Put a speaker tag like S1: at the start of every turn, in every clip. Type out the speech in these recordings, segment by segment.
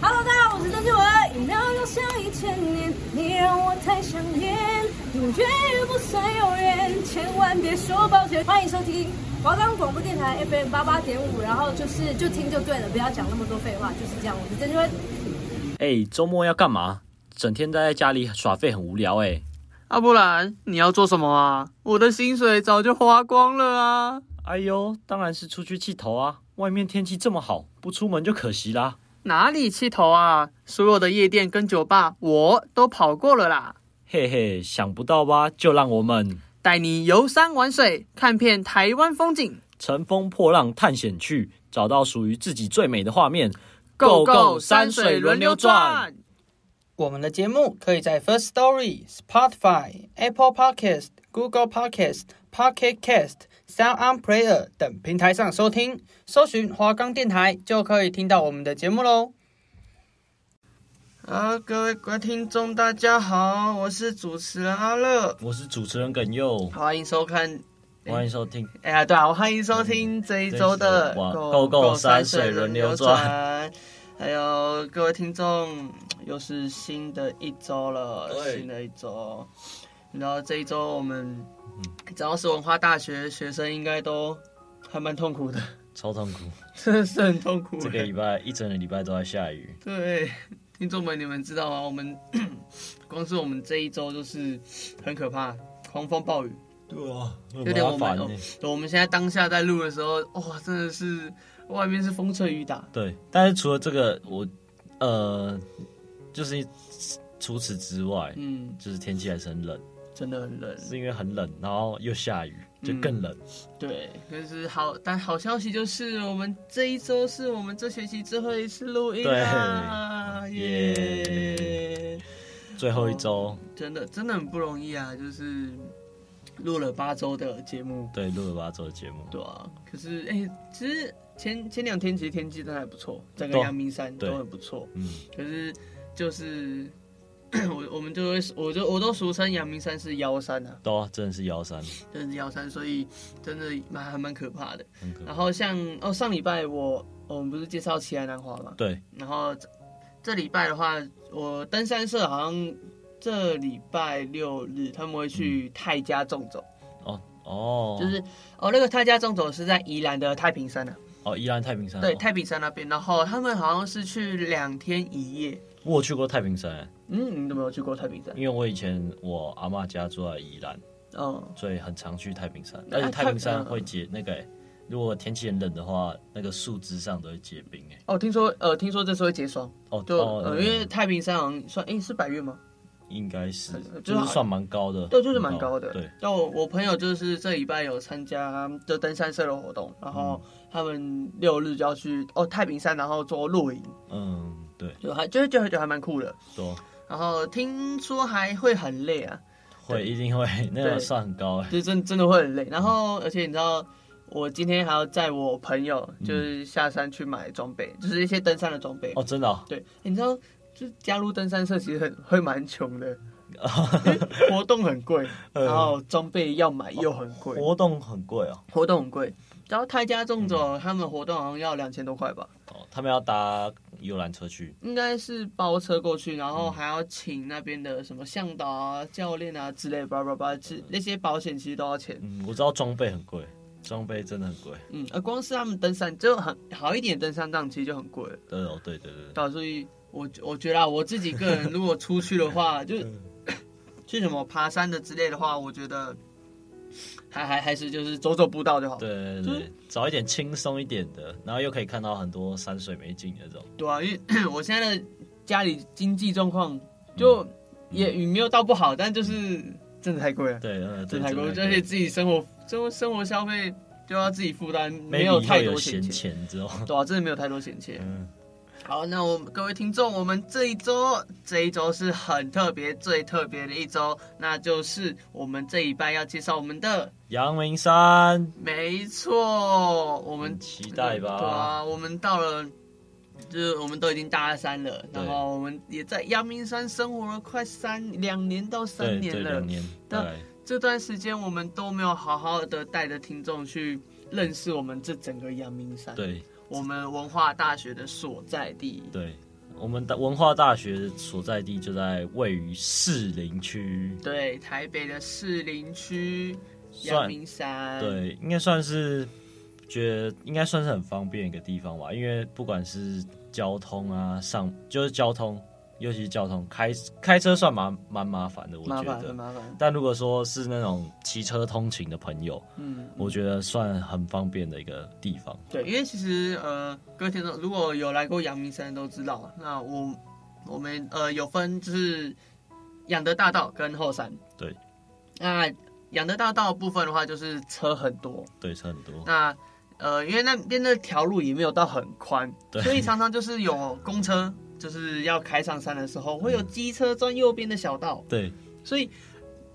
S1: Hello，大家好，我是郑志文。饮料又像一千年，你让我太想念，永远不算永远，千万别说抱歉。欢迎收听华冈广播电台 FM 八八点五，然后就是就听就对了，不要讲那么多废话，就是这样。我是郑志文。
S2: 哎、周末要干嘛？整天待在家里耍废很无聊哎、
S3: 啊，不然你要做什么啊？我的薪水早就花光了啊！
S2: 哎呦，当然是出去气头啊！外面天气这么好，不出门就可惜啦。
S3: 哪里气头啊？所有的夜店跟酒吧我都跑过了啦，
S2: 嘿嘿，想不到吧？就让我们
S3: 带你游山玩水，看遍台湾风景。
S2: 乘风破浪探险去，找到属于自己最美的画面。Go
S3: Go Go
S2: Go
S3: 山
S2: 山
S3: 水
S2: 水
S3: 轮
S2: 轮
S3: 流
S2: 流
S3: 转
S2: 转。
S3: 我们的节目可以在 First Story、Spotify、Apple Podcast、Google Podcast、Pocket Cast、Sound On Player 等平台上收听，搜寻华冈电台就可以听到我们的节目喽。啊，各位观听众，大家好，我是主持人阿乐，
S2: 我是主持人耿佑，
S3: 欢迎收看
S2: 欢迎收听。
S3: 哎呀，对啊，欢迎收听这一周的
S2: 嗯这一周哇 Go
S3: Go
S2: Go 山水轮流转。
S3: 还有各位听众，又是新的一周了，
S2: 对
S3: 新的一周。然后这一周我们，
S2: 嗯
S3: 只要是文化大学学生，应该都还蛮痛苦的，
S2: 超痛苦，
S3: 真的是很痛苦的。
S2: 这个礼拜一整个礼拜都在下雨。
S3: 对，听众们，你们知道吗？我们 光是我们这一周就是很可怕，狂风暴雨。
S2: 对啊，有
S3: 有点我们、哦、对我们现在当下在录的时候，哇，真的是外面是风吹雨打，
S2: 对，但是除了这个，我呃，就是除此之外，
S3: 嗯，
S2: 就是天气还是很冷。
S3: 真的很冷。
S2: 是因为很冷，然后又下雨，就更冷。
S3: 对，但是好，但好消息就是我们这一周是我们这学期最后一次录音啦，
S2: 对
S3: 耶！嗯
S2: 最后一周，
S3: 真的真的很不容易啊，就是录了八周的节目，
S2: 对，录了八周的节目，
S3: 对啊，可是哎、其实前前两天其实天气真的还不错，整个
S2: 对啊
S3: 阳明山
S2: 对
S3: 都很不错，
S2: 嗯，
S3: 可是就是 我我们就会我就我都俗称阳明山是妖山啊，
S2: 都真的是幺三，
S3: 真的是妖山，所以真的蛮还蛮可怕的。
S2: 很可怕
S3: 然后像哦上礼拜我哦我们不是介绍奇莱南华嘛，
S2: 对，
S3: 然后这这礼拜的话，我登山社好像这礼拜六日他们会去泰加纵走，
S2: 哦嗯哦，
S3: 就是哦那个泰加纵走是在宜兰的太平山啊，
S2: 哦，宜兰太平山，
S3: 对
S2: 哦
S3: 太平山那边，然后他们好像是去两天一夜。
S2: 我有去过太平山，
S3: 嗯，你都没有去过太平山？
S2: 因为我以前我阿嬷家住在宜兰，
S3: 嗯，
S2: 所以很常去太平山，
S3: 那
S2: 而且太平
S3: 啊太嗯
S2: 山会结那个、如果天气很冷的话，那个树枝上都会结冰哎、
S3: 哦，听说呃，听说这次会结霜，
S2: 哦，
S3: 就、
S2: 哦
S3: 呃，因为太平山好像算，诶，是百月吗？
S2: 应该是
S3: 呃就
S2: 就是是算蛮高的，
S3: 对，就是蛮高的。
S2: 对，，
S3: 但我我朋友就是这礼拜有参加就登山社的活动，然后
S2: 嗯
S3: 他们六日就要去哦太平山，然后做露营，
S2: 嗯，对，
S3: 就还就就就还蛮酷的。
S2: 都
S3: 然后听说还会很累啊，
S2: 会一定会， 那
S3: 对
S2: 个算很高哎、
S3: 就真真的会很累。然后而且你知道。我今天还要载我朋友，就是下山去买装备，就是一些登山的装备。
S2: 嗯哦，真的、哦，
S3: 对，你知道，就是加入登山社其实很会蛮穷的，活动很贵，然后装备要买又很贵，
S2: 呃活动很贵哦。
S3: 活动很贵。然后泰加纵走他们活动好像要两千多块吧，
S2: 哦，他们要搭游览车去，
S3: 应该是包车过去，然后还要请那边的什么向导啊、教练啊之类，叭叭叭，其实那些保险其实都要钱。
S2: 嗯，我知道装备很贵，装备真的很贵。
S3: 嗯，而光是他们登山就很好一点的登山杖其实就很贵了，
S2: 对哦，对对对对，
S3: 对啊所以我我觉得啊，我自己个人如果出去的话，就是去什么爬山的之类的话，我觉得还还还是就是走走步道就好。
S2: 对对对
S3: 嗯
S2: 对，找一点轻松一点的，然后又可以看到很多山水美景那种。
S3: 对啊，因为 我现在的家里经济状况就也也没有到不好，但就是真的太贵了，
S2: 嗯对，呃，
S3: 真
S2: 对，
S3: 的太贵，
S2: 真的
S3: 而且自己生活生活生活消费就要自己负担，没
S2: Maybe
S3: 有
S2: 以后
S3: 太
S2: 有
S3: 多
S2: 闲
S3: 闲钱，
S2: 钱之后，
S3: 对啊，真的没有太多闲钱。
S2: 嗯，
S3: 好，那我们各位听众，我们这一周这一周是很特别、最特别的一周，那就是我们这一拜要介绍我们的，
S2: 阳明山，
S3: 没错，我
S2: 我
S3: 们
S2: 期待
S3: 对
S2: 吧。
S3: 啊，我们到了，就是我们都已经大三了，
S2: 对
S3: 然后我们也在阳明山生活了快三两年到三
S2: 对
S3: 年
S2: 对，
S3: 了
S2: 两。年，
S3: 那
S2: 对，
S3: 这段时间我们都没有好好的带着听众去认识我们这整个阳明山，
S2: 对
S3: 我们文化大学的所在地。
S2: 对，我们的文化大学所在地就在位于士林区，
S3: 对，台北的士林区、阳
S2: 算
S3: 明山，，
S2: 对，应该算是觉得应该算是很方便一个地方吧，因为不管是交通啊，上就是交通，尤其是交通开开车算蛮蛮麻烦的，我
S3: 麻
S2: 觉
S3: 烦
S2: 得
S3: 很。麻烦，
S2: 但如果说是那种骑车通勤的朋友，
S3: 嗯，
S2: 我觉得算很方便的一个地方。
S3: 对，因为其实呃，各位听众如果有来过阳明山都知道，那我我们呃有分就是养德大道跟后山，
S2: 对，
S3: 那养德大道部分的话就是车很多，
S2: 对，车很多。
S3: 那呃，因为那边的条路也没有到很宽，
S2: 对
S3: 所以常常就是有公车，就是要开上山的时候，会有机车钻右边的小道，
S2: 对，。
S3: 所以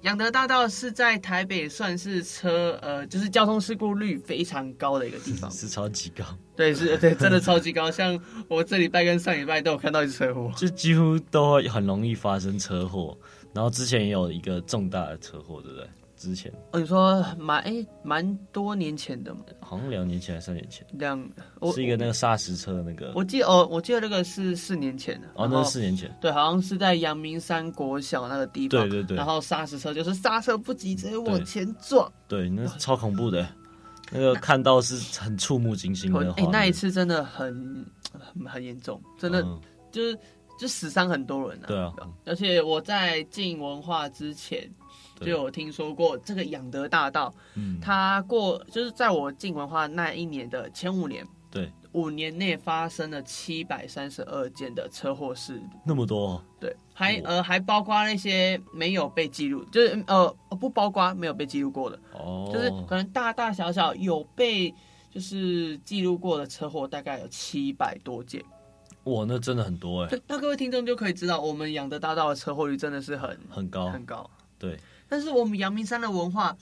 S3: 养德大道是在台北算是车呃，就是交通事故率非常高的一个地方
S2: 是超级高，
S3: 对，是，对，真的超级高。像我这礼拜跟上礼拜都有看到一次车祸，
S2: 就几乎都会很容易发生车祸。然后之前也有一个重大的车祸，对不对？之前
S3: 哦，你说蛮哎蛮多年前的嘛，
S2: 好像两年前还是三年前，
S3: 两我
S2: 是一个那个砂石车的那个
S3: 我，记得哦，我记得那个是四年前的，
S2: 哦，
S3: 然
S2: 那
S3: 后
S2: 是四年前，
S3: 对，好像是在阳明山国小那个地
S2: 对
S3: 方。
S2: 对对
S3: 然后刹车车就是刹车不及，直接往前撞。
S2: 对，那是超恐怖的，那个看到是很触目惊心
S3: 我
S2: 的
S3: 哎、
S2: 画
S3: 那一
S2: 面。
S3: 次真的很很很严重，真的、
S2: 嗯
S3: 就是就死伤很多人啊。
S2: 对啊，嗯
S3: 而且我在进文化之前就
S2: 对
S3: 有听说过这个养德大道，
S2: 嗯，
S3: 它过就是在我进文化那一年的前五年，
S2: 对，
S3: 五年内发生了七百三十二件的车祸事
S2: 那么多哦，
S3: 对，还
S2: 我
S3: 呃还包括那些没有被记录，就是呃不包括没有被记录过的，
S2: 哦
S3: 就是可能大大小小有被就是记录过的车祸，大概有七百多件。
S2: 哇，那真的很多哎，
S3: 对，那各位听众就可以知道，我们养德大道的车祸率真的是很
S2: 很高，
S3: 很高。
S2: 对，
S3: 但是我们阳明山的文化，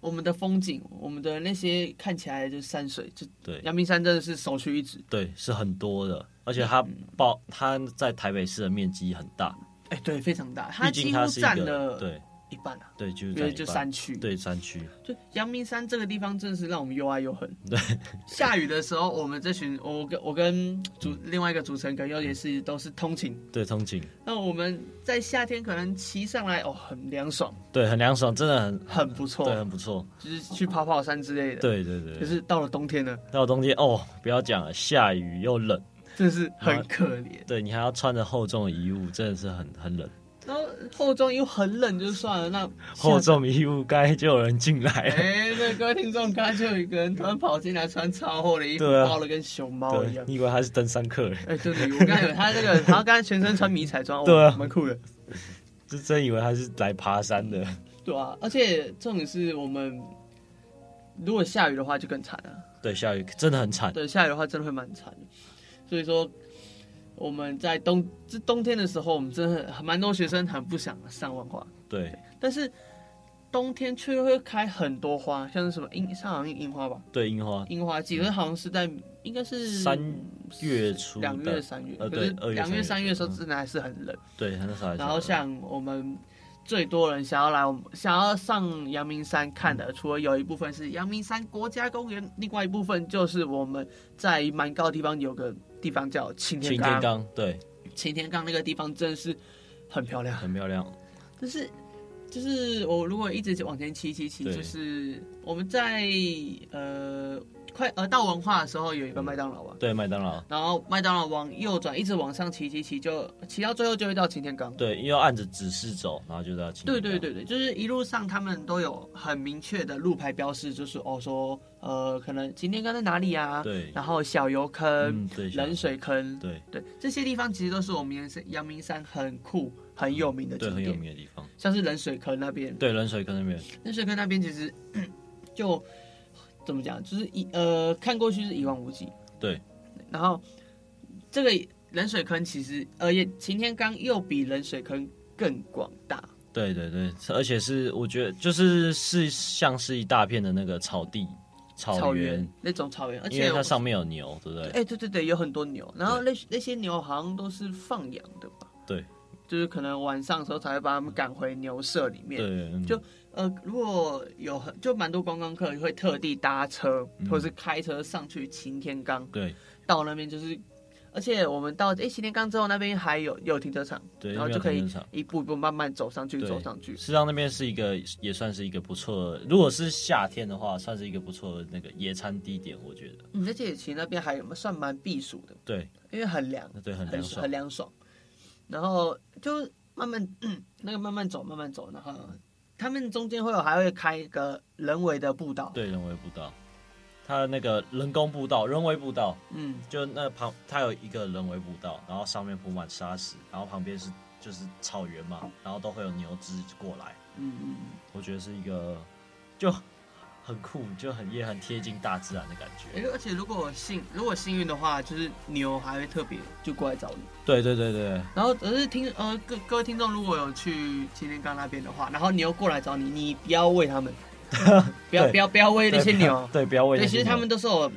S3: 我们的风景，我们的那些看起来就是山水，就
S2: 对
S3: 阳明山真的是首屈一指。
S2: 对，是很多的，而
S3: 嗯
S2: 且它包它在台北市的面积很大，
S3: 哎，对，非常大，它
S2: 毕
S3: 几
S2: 竟
S3: 乎
S2: 它是一
S3: 占
S2: 个
S3: 了
S2: 对
S3: 一半啊，
S2: 对，就是
S3: 因
S2: 在
S3: 为
S2: 一
S3: 就
S2: 半
S3: 山区。
S2: 对山区，
S3: 就阳明山这个地方，真的是让我们又爱又恨。
S2: 对，
S3: 下雨的时候，我们这群我跟我跟主另外一个主持人葛优也是都是通勤。
S2: 对通勤，
S3: 那我们在夏天可能骑上来哦，很凉爽，
S2: 对很凉爽，真的很
S3: 很不错
S2: 对，很不错，
S3: 就是去跑跑山之类的。，
S2: 对对对。
S3: 哦可是到了冬天呢，
S2: 到冬天哦，不要讲了，下雨又冷，
S3: 真的是很可怜。
S2: 对你还要穿着厚重的衣物，真的是很很冷。
S3: 然后后装又很冷，就算了。那
S2: 厚重衣物该就有人进来了，
S3: 哎，那各位听众，刚才就有一个人突然跑进来，穿超厚的衣服，
S2: 对啊
S3: 包的跟熊猫一
S2: 对
S3: 样，。
S2: 你以为他是登山客 人，
S3: 哎，对对，我刚才有他这个，然后刚才全身穿迷彩装，哦
S2: 对啊
S3: 蛮酷的。
S2: 就真以为他是来爬山的。
S3: 对啊，而且重点是我们如果下雨的话就更惨了。
S2: 对，下雨真的很惨。
S3: 对，下雨的话真的会蛮惨的。所以说我们在冬这冬天的时候，我们真的很蛮多学生很不想上万花，
S2: 对
S3: 但是冬天却会开很多花，像是什么樱，上好像樱花吧，
S2: 对，樱花
S3: 樱花季，可是好像是在应该是
S2: 嗯三月初
S3: 两月
S2: 的，
S3: 三月，
S2: 呃
S3: 可是
S2: 对二月
S3: 两
S2: 三
S3: 月
S2: 月
S3: 三月的时候
S2: 嗯
S3: 真的还是很冷。
S2: 对，很少。
S3: 然后像我们最多人想要来我们想要上阳明山看
S2: 嗯
S3: 的，除了有一部分是阳明山国家公园，另外一部分就是我们在蛮高的地方有个地方叫擎天
S2: 擎
S3: 岗，
S2: 天岗，对，
S3: 擎天岗那个地方真的是很漂亮，
S2: 很漂亮。
S3: 但是。就是我如果一直往前骑骑骑，
S2: 对
S3: 就是我们在呃快呃到文化的时候有
S2: 嗯
S3: 一个麦当劳啊吧，
S2: 对，麦当劳，
S3: 然后麦当劳往右转，一直往上骑骑骑，就骑到最后就会到擎天岗。
S2: 对，因为要按着指示走，然后就到擎天
S3: 对
S2: 岗。
S3: 对对对，就是一路上他们都有很明确的路牌标示，就是哦说呃，可能擎天岗在哪里啊？
S2: 对
S3: 然后小油坑、
S2: 嗯，对，
S3: 呃冷水坑，
S2: 对
S3: 对这些地方其实都是我们阳明山阳明山很酷很有名的
S2: 对
S3: 景
S2: 很有
S3: 点，
S2: 名的地方。
S3: 像是冷水坑那边，
S2: 对，冷水坑那边，
S3: 冷水坑那边其实 就怎么讲，就是一呃看过去是一望无际，
S2: 对，
S3: 然后这个冷水坑其实呃也擎天岗又比冷水坑更广大，
S2: 对对对，而且是我觉得就是是像是一大片的那个草地草原，
S3: 那种草原，而
S2: 因
S3: 且
S2: 为
S3: 我
S2: 它上面有牛，对不对？
S3: 哎、对对对，有很多牛，然后那那些牛好像都是放养的吧？
S2: 对，
S3: 就是可能晚上的时候才会把它们赶回牛舍里
S2: 对，
S3: 面。
S2: 嗯
S3: 就呃，如果有很就蛮多观光客会特地搭车、
S2: 嗯
S3: 或者是开车上去擎天岗，
S2: 对
S3: 到那边就是而且我们到诶哎新天冈之后，那边还有有停车场，
S2: 对
S3: 然后就
S2: 那
S3: 可
S2: 边有
S3: 以
S2: 停车场
S3: 一步一步慢慢走上去，
S2: 对
S3: 走上去。
S2: 实际上那边是一个也算是一个不错的，如果是夏天的话，算是一个不错的那个野餐地点，我觉得。
S3: 嗯，而且其实那边还有算蛮避暑的，
S2: 对，
S3: 因为很凉，
S2: 对，很
S3: 很
S2: 凉爽
S3: 很。凉爽。然后就慢慢 那个慢慢走，慢慢走，然后他们中间会有还会开一个人为的步道，
S2: 对，人为步道，它的那个人工步道、人为步道，
S3: 嗯，
S2: 就那旁它有一个人为步道，然后上面铺满沙石，然后旁边是就是草原嘛，然后都会有牛只过来。
S3: 嗯嗯嗯。
S2: 我觉得是一个就很酷，就很也很贴近大自然的感
S3: 诶
S2: 觉。
S3: 而且如果幸如果幸运的话，就是牛还会特别就过来找你。
S2: 对对对对，
S3: 然后可是听呃各各位听众如果有去青天岗那边的话，然后牛过来找你，你不要 喂他们，不要
S2: 对
S3: 不要不要喂那些牛，
S2: 对，不要喂
S3: 对，
S2: 那
S3: 其
S2: 些
S3: 实他们
S2: 牛。
S3: 都是有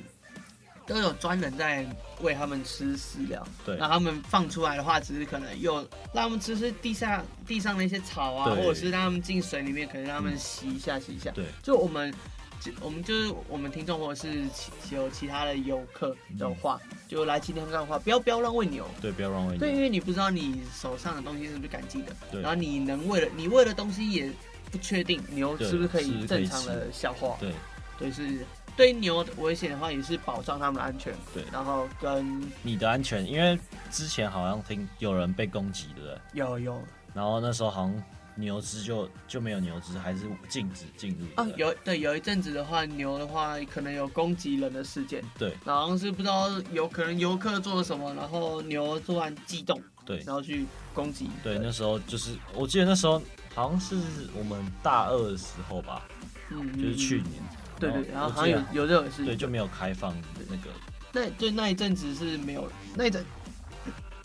S3: 都有专人在喂他们吃饲料，
S2: 对
S3: 那他们放出来的话，只是可能又让他们吃吃地下地上的一些草啊，
S2: 对
S3: 或者是让他们进水里面，可能让他们洗一下洗一下。
S2: 对，
S3: 就我们。就我们就是我们听众或者是其有其他的游客的话，
S2: 嗯
S3: 就来今天干的话，不要不要乱喂牛，
S2: 对，不要乱喂
S3: 对，因
S2: 牛。
S3: 为你不知道你手上的东西是不是干净的，
S2: 嗯对
S3: 然后你能喂了你喂的东西也不确定牛
S2: 对
S3: 是不是可
S2: 是不
S3: 以
S2: 是可以
S3: 正常的消化，
S2: 对
S3: 对，是对牛危险的话也是保障他们的安全，
S2: 对
S3: 然后跟
S2: 你的安全，因为之前好像听有人被攻击，对不对？
S3: 有有
S2: 然后那时候好像牛只就就没有牛只，还是禁止进入。
S3: 啊
S2: 对不对
S3: 有对有一阵子的话，牛的话可能有攻击人的事件，
S2: 对
S3: 然后是不知道有可能游客做了什么，然后牛突然激动，
S2: 对
S3: 然后去攻击，
S2: 对，那时候就是我记得那时候好像是我们大二的时候吧，
S3: 嗯，嗯
S2: 就是去
S3: 嗯
S2: 年。
S3: 对对，然后
S2: 我
S3: 好像
S2: 记
S3: 有
S2: 得
S3: 有这种事，
S2: 对就没有开放那个，
S3: 那就那一阵子是没有那一阵。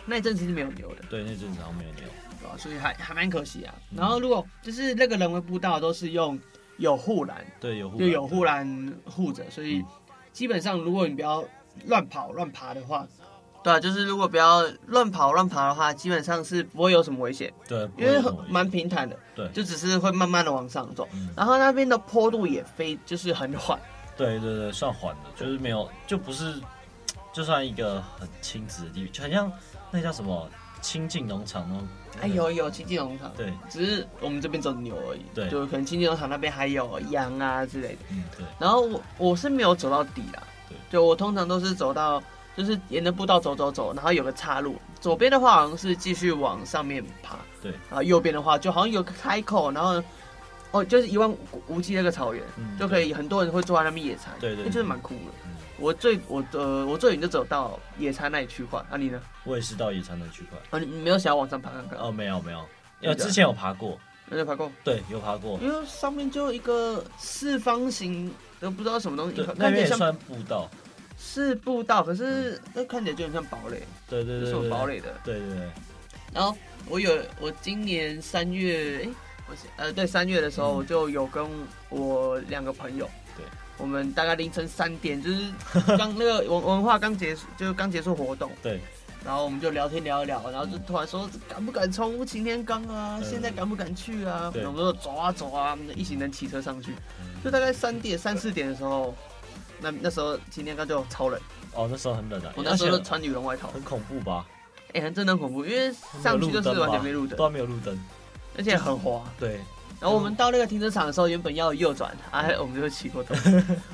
S3: 那一阵子是没有牛的，
S2: 对那阵子好像没有牛。
S3: 对吧？所以还还蛮可惜啊。然后如果就是那个人为步道都是用有护栏，嗯
S2: 对，有护
S3: 就
S2: 栏
S3: 有护栏护着，所以基本上如果你不要乱跑乱爬的话，对啊，就是如果不要乱跑乱爬的话，基本上是不会有什么危险，
S2: 对，
S3: 因为很
S2: 不会有人
S3: 蛮平坦的，
S2: 对
S3: 就只是会慢慢的往上走，
S2: 嗯
S3: 然后那边的坡度也非就是很缓，
S2: 对对对，算缓的，就是没有，就不是，就算一个很亲子的地域，就很像那叫什么亲近农场那种。
S3: 哎，有有亲近农场，
S2: 对，
S3: 只是我们这边走牛而已，
S2: 对
S3: 就可能亲近农场那边还有羊啊之类的，
S2: 嗯，对，
S3: 然后我我是没有走到底啦
S2: 对，
S3: 就我通常都是走到，就是沿着步道走走走，然后有个岔路，左边的话好像是继续往上面爬，
S2: 对
S3: 然后右边的话就好像有个开口，然后哦就是一望无际那个草原，
S2: 嗯
S3: 就可以很多人会坐在那边野餐，
S2: 对对
S3: 那就是
S2: 对
S3: 蛮酷的。
S2: 嗯
S3: 我最我呃我最远就走到野餐那一区块，啊你呢？
S2: 我也是到野餐的区块。
S3: 啊你你没有想要往上爬看看？
S2: 哦，
S3: 哦，
S2: 没有没有，
S3: 真
S2: 因
S3: 的
S2: 为
S3: 假的
S2: 之前有爬过，
S3: 那就爬过，
S2: 对，有爬过，
S3: 因为上面就一个四方形。都不知道什么东西
S2: 对，，那
S3: 看起来
S2: 边也
S3: 像
S2: 算步道，
S3: 是步道，可是那看起来就很像堡垒，
S2: 对对
S3: 这
S2: 对
S3: 是我
S2: 对，
S3: 堡垒的。
S2: 对对对，
S3: 然后我有我今年三月，哎，我是呃对三月的时候，
S2: 嗯
S3: 我就有跟我两个朋友，
S2: 对，
S3: 我们大概凌晨三点，就是刚那个 文文化刚结束，就是刚结束活动，
S2: 对，
S3: 然后我们就聊天聊一聊，然后就突然说敢不敢冲擎天岗啊？
S2: 嗯
S3: 现在敢不敢去啊？
S2: 对
S3: 我们说走啊走啊，我们一行人骑车上去，就大概三点三四点的时候，那那时候擎天岗就超冷。
S2: 哦，那时候很冷啊，
S3: 我那时候
S2: 而
S3: 都
S2: 且
S3: 穿羽绒外套，
S2: 很恐怖吧，
S3: 哎、很真的很恐怖，因为上去就是完全没路
S2: 都
S3: 灯，啊
S2: 啊还没有路灯，
S3: 而且很滑。
S2: 对，
S3: 然后我们到那个停车场的时候，原本要右转，哎、我们就骑 过头，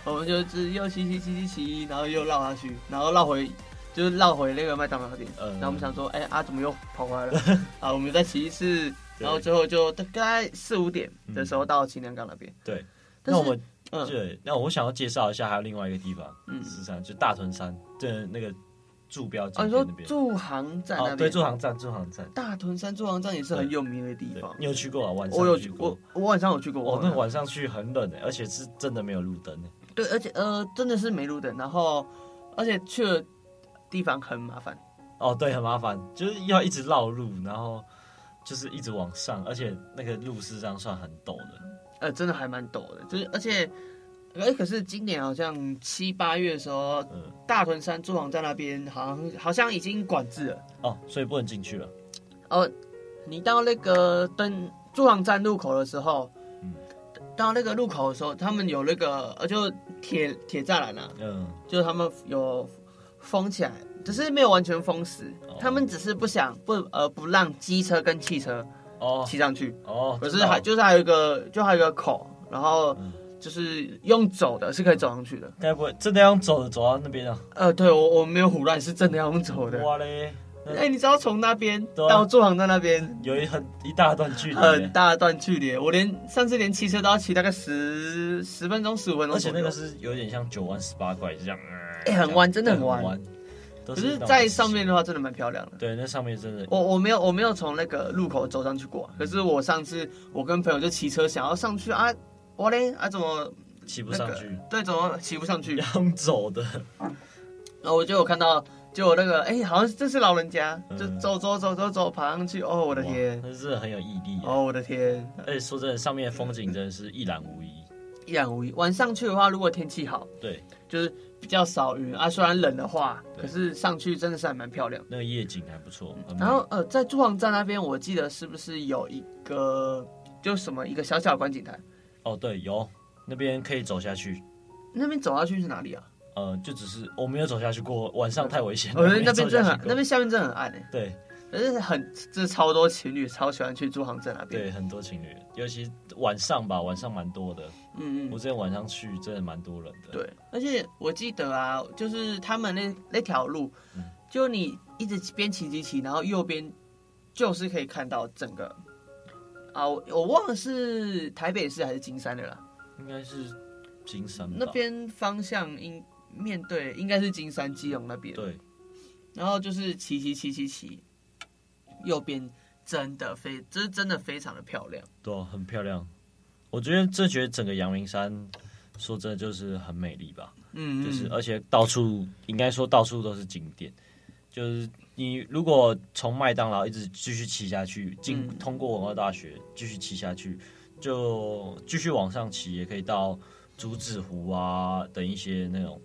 S3: 我们就是又骑骑骑骑骑，然后又绕下去，然后绕回，就是绕回那个麦当劳店。
S2: 嗯
S3: 然后我们想说，哎、啊，怎么又跑回来了？ 啊，我们再骑一次，
S2: 对
S3: 然后最后就大概四五点的时候到青年港那边。
S2: 对，那
S3: 但嗯是
S2: 我们
S3: 嗯，
S2: 对，那我想要介绍一下还有另外一个地方，
S3: 嗯
S2: 是这样，就大屯山，对，那个驻标
S3: 哦，
S2: 景
S3: 你说
S2: 点那边，
S3: 驻航站
S2: 哦，
S3: 那边，
S2: 对，驻航站，驻航站，
S3: 大屯山驻航站也是很有名的地
S2: 对
S3: 方，
S2: 你。有去过啊？晚上
S3: 我有
S2: 去过
S3: 我，我晚上有去过，
S2: 哦，
S3: 晚
S2: 那
S3: 上
S2: 晚上去很冷诶，欸而且是真的没有路灯欸诶，
S3: 对，而且呃，真的是没路灯，然后而且去的地方很麻烦，
S2: 哦，对，很麻烦，就是要一直绕路，然后就是一直往上，而且那个路是这样算很陡的，
S3: 呃，真的还蛮陡的，就是而且。哎，可是今年好像七八月的时候，
S2: 嗯，
S3: 大屯山驻航站那边好像好像已经管制了。
S2: 哦，所以不能进去了，
S3: 哦，你到那个登驻航站路口的时候，
S2: 嗯
S3: 到那个路口的时候，他们有那个呃，就铁铁栅栏啊，
S2: 嗯，
S3: 就是他们有封起来，只是没有完全封死
S2: 哦，
S3: 他们只是不想不呃不让机车跟汽车
S2: 哦
S3: 骑上去，
S2: 哦，
S3: 可
S2: 知
S3: 是
S2: 道
S3: 还就是还有一个就还有一个口，然后
S2: 嗯
S3: 就是用走的是可以走上去的。
S2: 该不会真的要走的走到那边啊？
S3: 呃，对我我没有胡乱，是真的要用走的。
S2: 哇嘞，
S3: 哎、
S2: 那
S3: 你知道从那边
S2: 对啊
S3: 到坐航站那边
S2: 有一很一大段距离欸，
S3: 很大段距离，我连上次连骑车都要骑大概十十分钟、十五分钟
S2: 而且
S3: 左右。
S2: 那个是有点像九弯十八拐这样，啊
S3: 哎很弯真的很弯
S2: 可
S3: 可是，在上面的话，真的蛮漂亮的。
S2: 对那上面真的
S3: 我我没有我没有从那个路口走上去过，啊可是我上次我跟朋友就骑车想要上去啊，我嘞啊怎么
S2: 骑不
S3: 那
S2: 上
S3: 个
S2: 去，
S3: 对怎么骑不上去？然
S2: 要走 的，
S3: 后我就有看到就有那个哎、好像这是老人家，
S2: 嗯
S3: 就走走走走走爬上去，哦我的天
S2: 哇，那真的很有毅力欸。
S3: 哦我的天，
S2: 而且说真的，上面的风景真的是一览无遗。
S3: 一览无遗。晚上去的话，如果天气好，
S2: 对，
S3: 就是比较少云啊，虽然冷的话，
S2: 对
S3: 可是上去真的是还蛮漂亮。
S2: 那个夜景还不错。很美
S3: 然后呃，在朱黄站那边，我记得是不是有一个就什么一个小小的观景台？
S2: 哦，对，有那边可以走下去。
S3: 那边走下去是哪里啊？
S2: 呃，就只是我没有走下去过，晚上太危险了。
S3: 我哦觉得那
S2: 没
S3: 边
S2: 走下
S3: 真
S2: 去
S3: 的很，
S2: 过
S3: 那边下面真的很暗诶、
S2: 对
S3: 可是很，这超多情侣超喜欢去朱杭镇那边。
S2: 对，很多情侣，尤其晚上吧，晚上蛮多的。
S3: 嗯
S2: 我
S3: 嗯，
S2: 之前晚上去，真的蛮多人的。，
S3: 对。而且我记得啊，就是他们那那条路，
S2: 嗯
S3: 就你一直边骑骑骑，然后右边就是可以看到整个啊，我我忘了是台北市还是金山的啦。
S2: 应该是金山吧
S3: 那。边方向应面对应该是金山基隆那边。
S2: 对，
S3: 然后就是骑骑骑骑骑，右边真的非，这是真的非常的漂亮。
S2: 对啊、很漂亮。我觉得这觉得整个阳明山，说真的就是很美丽吧。
S3: 嗯
S2: 就是而且到处应该说到处都是景点，就是你如果从麦当劳一直继续骑下去，进
S3: 嗯
S2: 通过文化大学继续骑下去，就继续往上骑，也可以到竹子湖啊等一些那种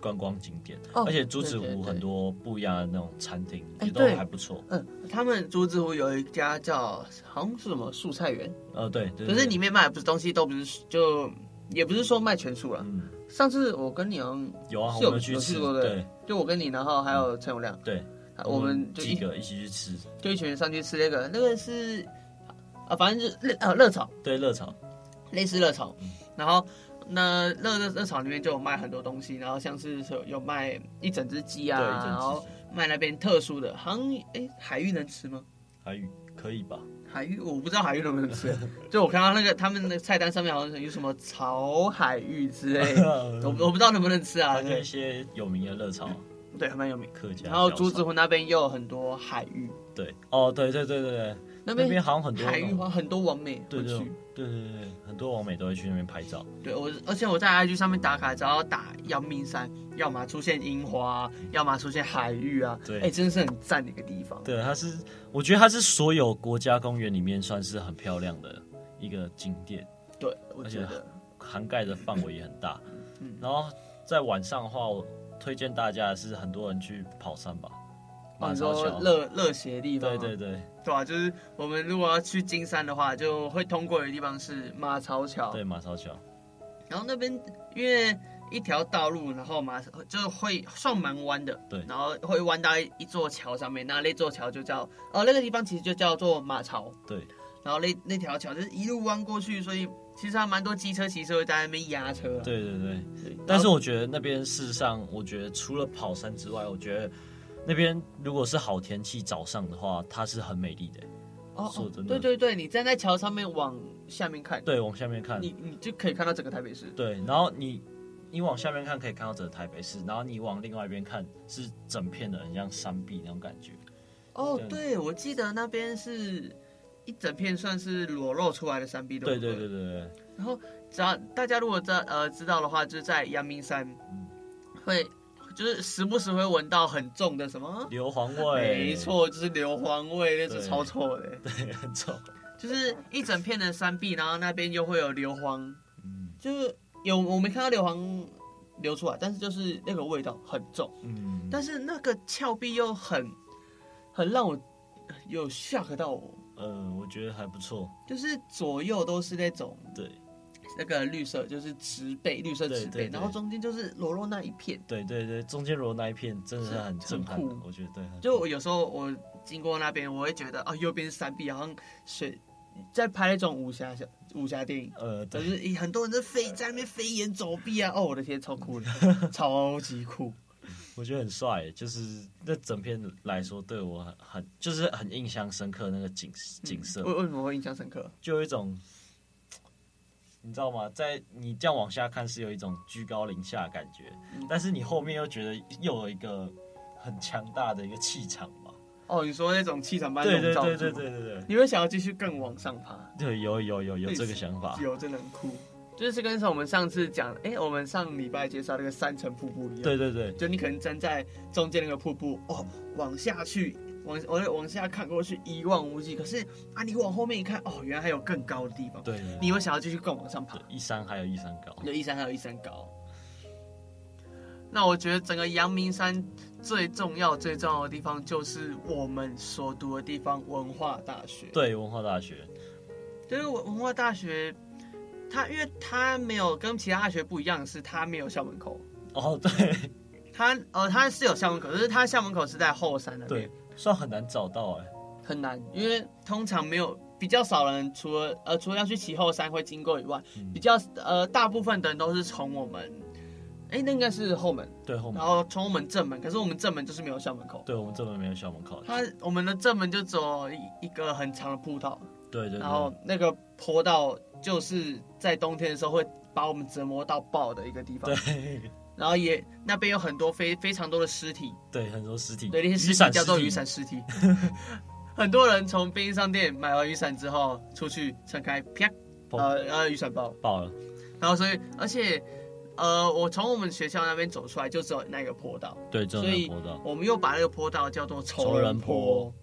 S2: 观光景点，
S3: 嗯哦
S2: 而且竹子
S3: 对对
S2: 湖
S3: 对
S2: 很多不一样的那种餐厅
S3: 哎
S2: 也都
S3: 对
S2: 还不错。
S3: 嗯，他们竹子湖有一家叫好像是什么素菜园，
S2: 呃，对，对
S3: 可是里，面卖的不是东西，都不是就也不是说卖全素
S2: 对
S3: 了。
S2: 嗯，
S3: 上次我跟你好像
S2: 有啊，
S3: 是
S2: 我
S3: 有
S2: 们去
S3: 有
S2: 吃，
S3: 去过的
S2: 对
S3: 就我跟你，然后还有陈永亮，
S2: 对，
S3: 啊我们就
S2: 几
S3: 一
S2: 个一起去吃，
S3: 就一群人上去吃那个，那个是啊，反正就是热啊热炒，
S2: 对，热炒，
S3: 类似热炒，
S2: 嗯
S3: 然后那热热热炒里面就有卖很多东西，然后像是有有卖一整只鸡啊，
S2: 对，一整
S3: 然后
S2: 只鸡
S3: 卖那边特殊的，好像哎海芋能吃吗？
S2: 还可以 吧？
S3: 海芋我不知道海芋能不能吃， 就我看到那个他们的菜单上面好像有什么炒海芋之类 的，我我不知道能不能吃啊，
S2: 还有一
S3: 对
S2: 些有名的热潮
S3: 对，还蛮有名。
S2: 客家小炒。
S3: 然后竹子湖那边又有很多海芋，
S2: 对，哦，对对对对对，
S3: 那
S2: 那边
S3: 边
S2: 好像很多
S3: 海
S2: 那
S3: 芋
S2: 种
S3: 花很多网美
S2: 对
S3: 会
S2: 对
S3: 去。
S2: 对对对对，很多网美都会去那边拍照。
S3: 对我，而且我在 IG 上面打卡，只要打阳明山，要么出现樱花，要么出现海域啊，
S2: 对
S3: 哎、真的是很赞的一个地方。
S2: 对，它是，我觉得它是所有国家公园里面算是很漂亮的一个景点，
S3: 对，我觉
S2: 而且
S3: 得，
S2: 涵盖的范围也很大。
S3: 嗯，
S2: 然后在晚上的话，我推荐大家的是很多人去跑山吧，马
S3: 你
S2: 超
S3: 说
S2: 桥。
S3: 热热血的地方、
S2: 对对，对
S3: 对啊，就是我们如果要去金山的话，就会通过的地方是马槽桥，
S2: 对，马超桥，
S3: 然后那边因为一条道路，然后马就是会算蛮弯的，
S2: 对
S3: 然后会弯到一座桥上面，那那座桥就叫，哦，那个地方其实就叫做马槽，
S2: 对，
S3: 然后那那条桥就是一路弯过去，所以其实还蛮多机车骑士会在那边压车、啊。
S2: 对对对。
S3: 对，
S2: 但是我觉得那边事实上，我觉得除了跑山之外，我觉得那边如果是好天气早上的话，它是很美丽的。欸
S3: 哦
S2: 说
S3: 哦
S2: 真，的
S3: 对对对，你站在桥上面往下面看，
S2: 对，往下面看，
S3: 你你就可以看到整个台北市。
S2: 对，然后你你往下面看可以看到整个台北市，然后你往另外一边看是整片的，很像山壁那种感觉。
S3: 哦
S2: 对，
S3: 对，我记得那边是一整片算是裸露出来的山壁，
S2: 对
S3: 不
S2: 对对对对，
S3: 然后只要大家如果知道呃知道的话，就是在阳明山
S2: 嗯
S3: 会就是时不时会闻到很重的什么。
S2: 硫磺味，
S3: 没，错，就是硫磺味，
S2: 对
S3: 那是超臭的。
S2: 对，很臭。
S3: 就是一整片的山壁，然后那边又会有硫磺，
S2: 嗯
S3: 就是有我没看到硫磺流出来，但是就是那个味道很重，
S2: 嗯，
S3: 但是那个峭壁又很很让我有吓到我，
S2: 呃，我觉得还不错。
S3: 就是左右都是那种
S2: 对
S3: 那个绿色，就是植被，绿色植
S2: 对对
S3: 被，
S2: 对
S3: 然后中间就是裸露那一片。
S2: 对对对，中间罗那一片真的是很震撼的
S3: 很，酷
S2: 我觉得对。很
S3: 就
S2: 酷
S3: 我有时候我经过那边，我会觉得啊，右边是山壁，好像水在拍那种武侠小武侠电影，
S2: 呃，
S3: 就
S2: 对
S3: 是一很多人在飞在那边飞檐走壁啊，哦，我的天，超酷的，超级 酷。
S2: 我觉得很帅，欸就是那整片来说对我很很就是很印象深刻那个景景色，
S3: 为为什么会印象深刻？
S2: 就有一种，你知道吗？在你这样往下看是有一种居高临下的感觉，
S3: 嗯
S2: 但是你后面又觉得又有一个很强大的一个气场吧？
S3: 哦，你说那种气场般
S2: 对
S3: 笼
S2: 对
S3: 罩
S2: 对
S3: 住
S2: 对对对
S3: 你会想要继续更往上爬？
S2: 对，对有有有有这个想法，
S3: 有真的很酷，就是跟我们上次讲，哎、我们上礼拜介绍那个三层瀑布一样，
S2: 对，对对
S3: 就你可能站在中间那个瀑布，哦，往下去，往我往下看过去一望无际，可是啊，你往后面一看，哦，原来还有更高的地方，
S2: 对，对
S3: 你会想要继续更往上爬
S2: 对，一山还有一山高，
S3: 有一山还有一山高。那我觉得整个阳明山最重要、最重要的地方，就是我们所读的地方——文化大学。
S2: 对文化大学，
S3: 就是文文化大学，它因为它没有跟其他大学不一样的是，它没有校门口。
S2: 哦对
S3: 它呃，它是有校门口，可是它校门口是在后山那边
S2: 对，，算很难找到哎、
S3: 很难，因为通常没有比较少人，除了呃，除了要去骑后山会经过以外，
S2: 嗯
S3: 比较呃，大部分的人都是从我们，哎、那应该是后门，
S2: 对后面
S3: 然，后从我们正门，可是我们正门就是没有校门口，
S2: 对我们这边没有校门口，
S3: 它我们的正门就只有一一个很长的步道，
S2: 对对
S3: 然后
S2: 对，
S3: 那个坡道就是在冬天的时候会把我们折磨到爆的一个地方。
S2: 对
S3: 然后也那边有很多非非常多的尸体，
S2: 对很多尸体，
S3: 对那些尸
S2: 雨
S3: 体
S2: 伞
S3: 叫做
S2: 尸体
S3: 雨伞，尸体。 很多人从便利商店买完雨伞之后出去撑开，啪，
S2: 砰
S3: 呃呃雨伞爆。
S2: 爆了，
S3: 然后所以而且呃我从我们学校那边走出来就只有那个坡道，
S2: 对，真
S3: 所
S2: 的
S3: 以
S2: 坡道，
S3: 我们又把那个坡道叫做仇
S2: 仇
S3: 人
S2: 人
S3: 坡
S2: 坡。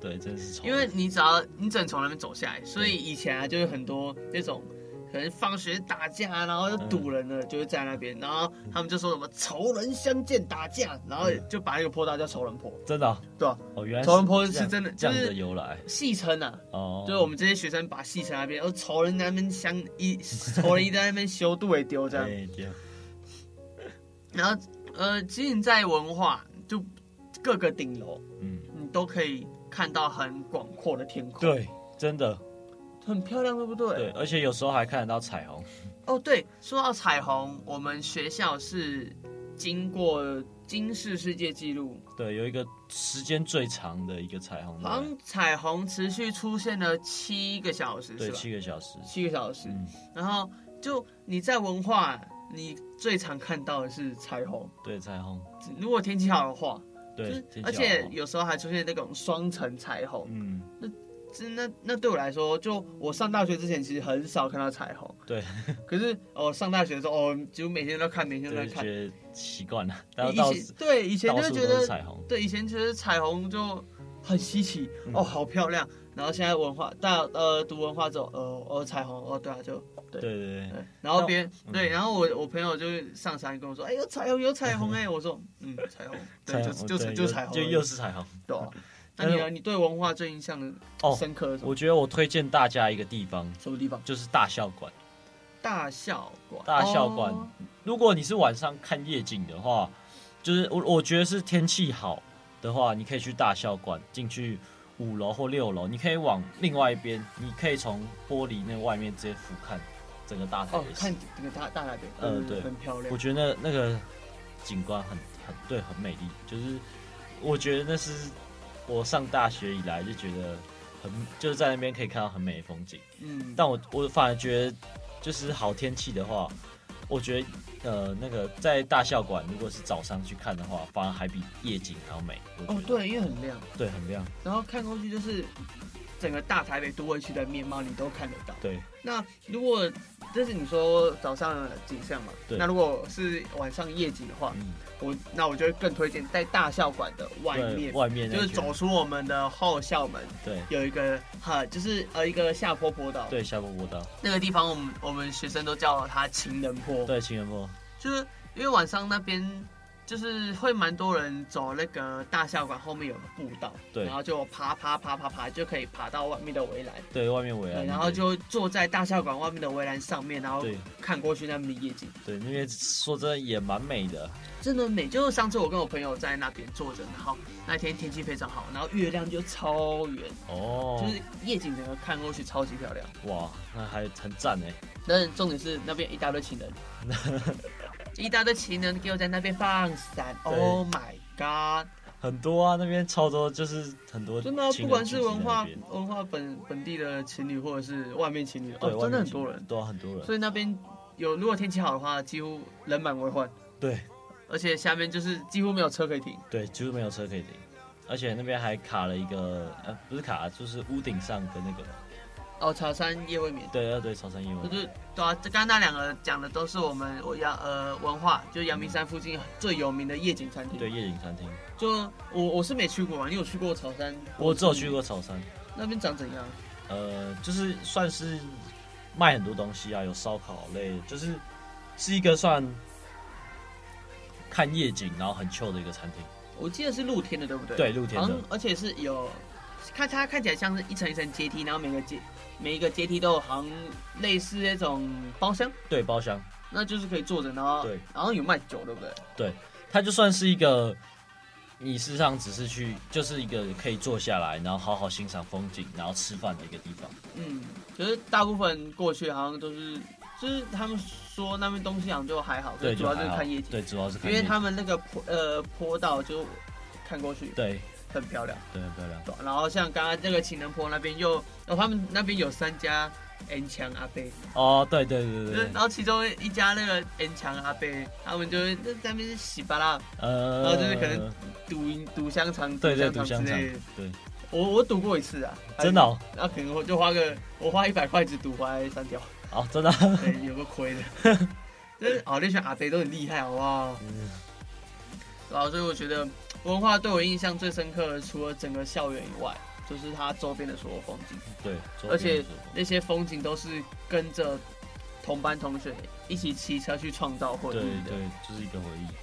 S2: 对，真的是丑
S3: 因为你只要你只能从那边走下来，所以以前啊就有很多那种可能放学打架，然后就堵人了，就会在那边，然后他们就说什么仇人相见打架，然后就把那个坡道叫仇人坡，
S2: 真的啊、
S3: 对吧、
S2: 哦，原来
S3: 仇人坡
S2: 这
S3: 是
S2: 样
S3: 真的，
S2: 这
S3: 就
S2: 样的
S3: 是
S2: 由来
S3: 戏称啊，
S2: 哦，
S3: 就是我们这些学生把戏称那边，哦仇人在那边相一，仇人一直在那边修对丢这样，
S2: 对对
S3: 然后呃，其实你在文化就各个顶楼，
S2: 嗯，
S3: 你都可以看到很广阔的天空，，
S2: 对，真的
S3: 很漂亮，对不对？
S2: 对，而且有时候还看得到彩虹，
S3: 哦，对，说到彩虹，我们学校是经过金氏世界纪录，
S2: 对，有一个时间最长的一个彩虹，
S3: 好像彩虹持续出现了七个小时，
S2: 对，
S3: 是吧？
S2: 七个小时，
S3: 七个小时，
S2: 嗯，
S3: 然后就你在文化，你最常看到的是彩虹，
S2: 对，彩虹，
S3: 如果天气好的话，就
S2: 对
S3: 是，
S2: 天气
S3: 而且
S2: 好
S3: 有时候还出现那种双层彩虹。
S2: 嗯，
S3: 这那那对我来说，就我上大学之前其实很少看到彩虹，
S2: 对，
S3: 可是哦上大学的时候，哦几乎每天都看，每天都在
S2: 对，
S3: 看。
S2: 觉得习惯了，但
S3: 以
S2: 到
S3: 前对以前
S2: 到
S3: 就会
S2: 处
S3: 觉
S2: 都
S3: 得
S2: 是彩虹，
S3: 对，以前觉得彩虹就很稀奇、
S2: 嗯
S3: 哦，好漂亮。然后现在文化大呃读文化之后，呃哦彩虹哦对啊就
S2: 对对对，
S3: 对。然后别人、
S2: 嗯
S3: 对，然后我我朋友就上山跟我说，哎、有彩虹有彩 虹哎、我说嗯彩虹，对
S2: 彩
S3: 就
S2: 虹
S3: 就
S2: 对
S3: 就彩虹
S2: 就
S3: 而已，
S2: 又是彩虹。
S3: 对啊。那
S2: 但是
S3: 你呢？你对文化最印象
S2: 哦
S3: 深刻的什么、
S2: 我觉得我推荐大家一个地方，
S3: 什么地方？
S2: 就是大校馆。
S3: 大校馆，
S2: 大校馆
S3: 哦
S2: 如果你是晚上看夜景的话，就是我我觉得是天气好的话，你可以去大校馆进去五楼或六楼，你可以往另外一边，你可以从玻璃那外面直接俯瞰整个大台
S3: 哦
S2: 北，市。
S3: 看这个大大台北，
S2: 呃
S3: 嗯
S2: 对
S3: 很漂亮
S2: 我。觉得那那个景观很很对，很美丽。就是我觉得那是我上大学以来就觉得很就是在那边可以看到很美的风景。
S3: 嗯，
S2: 但我我反而觉得，就是好天气的话，我觉得呃那个在大校馆，如果是早上去看的话，反而还比夜景还要美。我觉
S3: 哦
S2: 得
S3: 对，因为很亮。
S2: 对，很亮。
S3: 然后看过去就是整个大台北都会区的面貌，你都看得到。
S2: 对
S3: 那如果这是你说早上的景象嘛？
S2: 对
S3: 那如果是晚上夜景的话，
S2: 嗯，
S3: 我那我就会更推荐在大校馆的外
S2: 对，
S3: 面，
S2: 外面
S3: 就
S2: 那
S3: 是
S2: 圈
S3: 走出我们的后校门，
S2: 对
S3: 有一个哈，就是呃一个下坡坡道。，
S2: 对下坡步道，
S3: 那个地方我们我们学生都叫它情人坡，
S2: 对情人坡，
S3: 就是因为晚上那边就是会蛮多人走那个大校馆后面有个步道，
S2: 对
S3: 然后就爬爬爬爬爬就可以爬到外面的围栏，
S2: 对外面围栏那边，
S3: 对，然后就坐在大校馆外面的围栏上面，然后
S2: 对
S3: 看过去那边的夜景，
S2: 对那边说真的也蛮美的，
S3: 真的美。就是上次我跟我朋友在那边坐着，然后那天天气非常好，然后月亮就超圆，
S2: 哦，
S3: 就是夜景整个看过去超级漂亮。
S2: 哇，那还很赞哎，
S3: 但是重点是那边一大堆情 人，一大堆情人给我在那边放伞
S2: 对
S3: ，Oh my god！
S2: 很多啊，那边超多，就是很多
S3: 真的啊、
S2: 情人
S3: 不管
S2: 聚
S3: 是
S2: 集
S3: 文
S2: 在那
S3: 化哦
S2: 边
S3: 文化本本地的情侣，或者是外面情侣，
S2: 对
S3: 哦，
S2: 外
S3: 真的
S2: 面
S3: 很
S2: 情
S3: 多人。
S2: 对啊，很多人，
S3: 所以那边有，如果天气好的话，几乎人满为患，
S2: 对
S3: 而且下面就是几乎没有车可以停。
S2: 对，就是没有车可以停，而且那边还卡了一个，呃，不是卡，就是屋顶上的那个，
S3: 哦，茶山夜未眠，
S2: 对对对，潮汕夜
S3: 就
S2: 晚，
S3: 是对啊，这刚刚那两个讲的都是我们我阳呃文化，就是阳明山附近最有名的夜景餐厅。
S2: 对，夜景餐厅，
S3: 就我我是没去过啊，你有去过潮山？
S2: 我只有去过潮汕，
S3: 那边长怎样？
S2: 呃，就是算是卖很多东西啊，有烧烤类，就是是一个算看夜景然后很 chill 的一个餐厅，
S3: 我记得是露天的，对不对？
S2: 对露天的
S3: 好像而且是有，看它看起来像是一层一层阶梯，然后每个阶每一个阶梯都有好像类似那种包厢，
S2: 对，包厢，
S3: 那就是可以坐着，然后
S2: 对，
S3: 然后有卖酒，对不对？
S2: 它就算是一个，你事实上只是去，就是一个可以坐下来，然后好好欣赏风景，然后吃饭的一个地方。
S3: 嗯，就是大部分过去好像都是，就是他们说那边东西好像就还好，
S2: 对，
S3: 主
S2: 就
S3: 要就
S2: 还
S3: 是
S2: 好
S3: 看夜景，
S2: 对，主要是看
S3: 因
S2: 夜
S3: 为
S2: 景。
S3: 他们那个坡呃坡道就看过去
S2: 对
S3: 很漂亮。
S2: 对很漂亮。
S3: 对然后像刚刚那个情人坡那边又，哦，他们那边有三家 N 强阿贝，
S2: 哦，对对对
S3: 就是
S2: 对
S3: 然
S2: 对，
S3: 后其中一家那个 N 强阿贝，他们就是那在那边是洗巴拉
S2: 呃，
S3: 然后哦就是可能赌赌香肠、
S2: 对对
S3: 赌
S2: 毒香
S3: 之
S2: 肠
S3: 类的。，
S2: 对，我
S3: 我我赌过一次啊，
S2: 真的哦，
S3: 然后可能我就花个我花一百块只赌回来 三条，
S2: 哦 真的，
S3: 对，有个亏的。就是哦，那群阿贝都很厉害，好不好？
S2: 嗯
S3: 然后所以我觉得文化对我印象最深刻的，除了整个校园以外，就是它周边的所有风景。
S2: 对，周边
S3: 而且
S2: 的风景
S3: 那些风景都是跟着同班同学一起骑车去创造回
S2: 对
S3: 忆的。
S2: 对，就是一个回忆。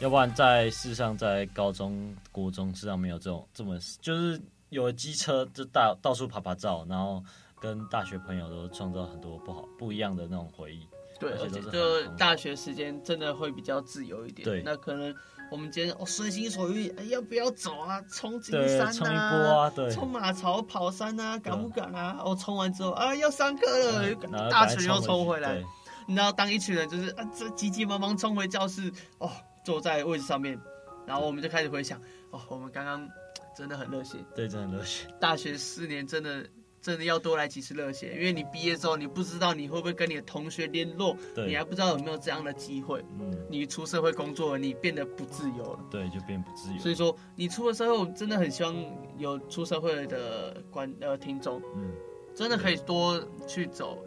S2: 要不然在事实上，在高中、国中事实上没有这种这么，就是有了机车就到到处爬爬照，然后跟大学朋友都创造很多不好不一样的那种回忆。
S3: 对，
S2: 而且
S3: 而且
S2: 都是
S3: 就
S2: 很很
S3: 大学时间真的会比较自由一点。
S2: 对
S3: 那可能我们今天哦随心所欲，哎要不要走啊？冲金
S2: 对
S3: 山，
S2: 冲一波啊，对，
S3: 冲马槽、跑山啊，
S2: 对啊
S3: 敢不敢啊？我、哦、冲完之后啊，要上课了，
S2: 嗯然后
S3: 大
S2: 赶快
S3: 群又冲回来
S2: 对。
S3: 你知道，当一群人就是啊，这急急忙忙冲回教室，哦，坐在位置上面，然后我们就开始回想，哦，我们刚刚真的很热血，
S2: 对，真的很热血，
S3: 大学四年真的真的要多来几次热血，因为你毕业之后，你不知道你会不会跟你的同学联络，你
S2: 对，
S3: 还不知道有没有这样的机会。
S2: 嗯，
S3: 你出社会工作了，你变得不自由了。
S2: 对，就变不自由，
S3: 所以说，你出了社会，我真的很希望有出社会的观呃听众，
S2: 嗯，
S3: 真的可以多去走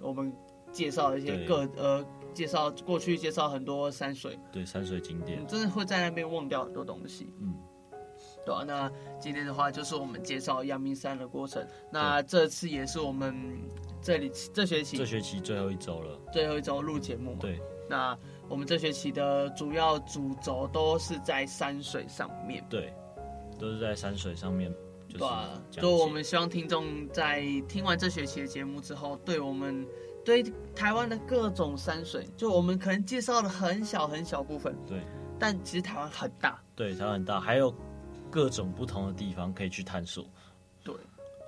S3: 我们介绍的一些
S2: 对
S3: 各呃介绍过去介绍很多山水，
S2: 对，山水景点
S3: 你，真的会在那边忘掉很多东西。
S2: 嗯，
S3: 对啊，那今天的话就是我们介绍阳明山的过程。那这次也是我们这里这学期
S2: 这学期最后一周了，
S3: 最后一周录节目嘛。
S2: 对
S3: 那我们这学期的主要主轴都是在山水上面，
S2: 对，都是在山水上面，就是
S3: 对啊，
S2: 讲
S3: 就我
S2: 解
S3: 们希望听众在听完这学期的节目之后，对我们对台湾的各种山水，就我们可能介绍了很小很小部分，
S2: 对
S3: 但其实台湾很大，
S2: 对，台湾很大，还有各种不同的地方可以去探索。
S3: 对，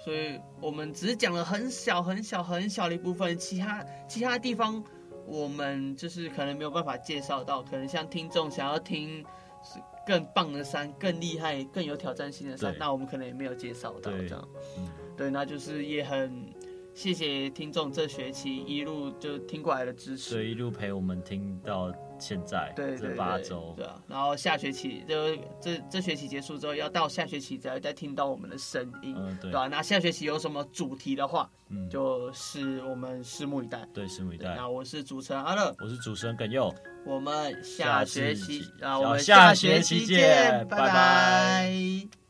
S3: 所以我们只是讲了很小很小很小的一部分，其他其他地方我们就是可能没有办法介绍到，可能像听众想要听是更棒的山、更厉害、更有挑战性的山，
S2: 对
S3: 那我们可能也没有介绍到
S2: 对
S3: 这样。
S2: 嗯
S3: 对，那就是也很谢谢听众这学期一路就听过来的支
S2: 所
S3: 持。
S2: 以一路陪我们听到现在
S3: 对对
S2: 这
S3: 对，
S2: 八周
S3: 对，啊，然后下学期就这这学期结束之后，要到下学期才会再听到我们的声音，
S2: 嗯
S3: 对
S2: 对
S3: 吧、那下学期有什么主题的话，
S2: 嗯，
S3: 就是我们拭目以待。
S2: 对，拭目以
S3: 对，
S2: 待
S3: 那。我是主持人阿乐，
S2: 我是主持人耿佑，
S3: 我们下学期
S2: 下次
S3: 啊，我们
S2: 下
S3: 学
S2: 学
S3: 期
S2: 期
S3: 见，
S2: 见
S3: 拜
S2: 拜
S3: 拜
S2: 拜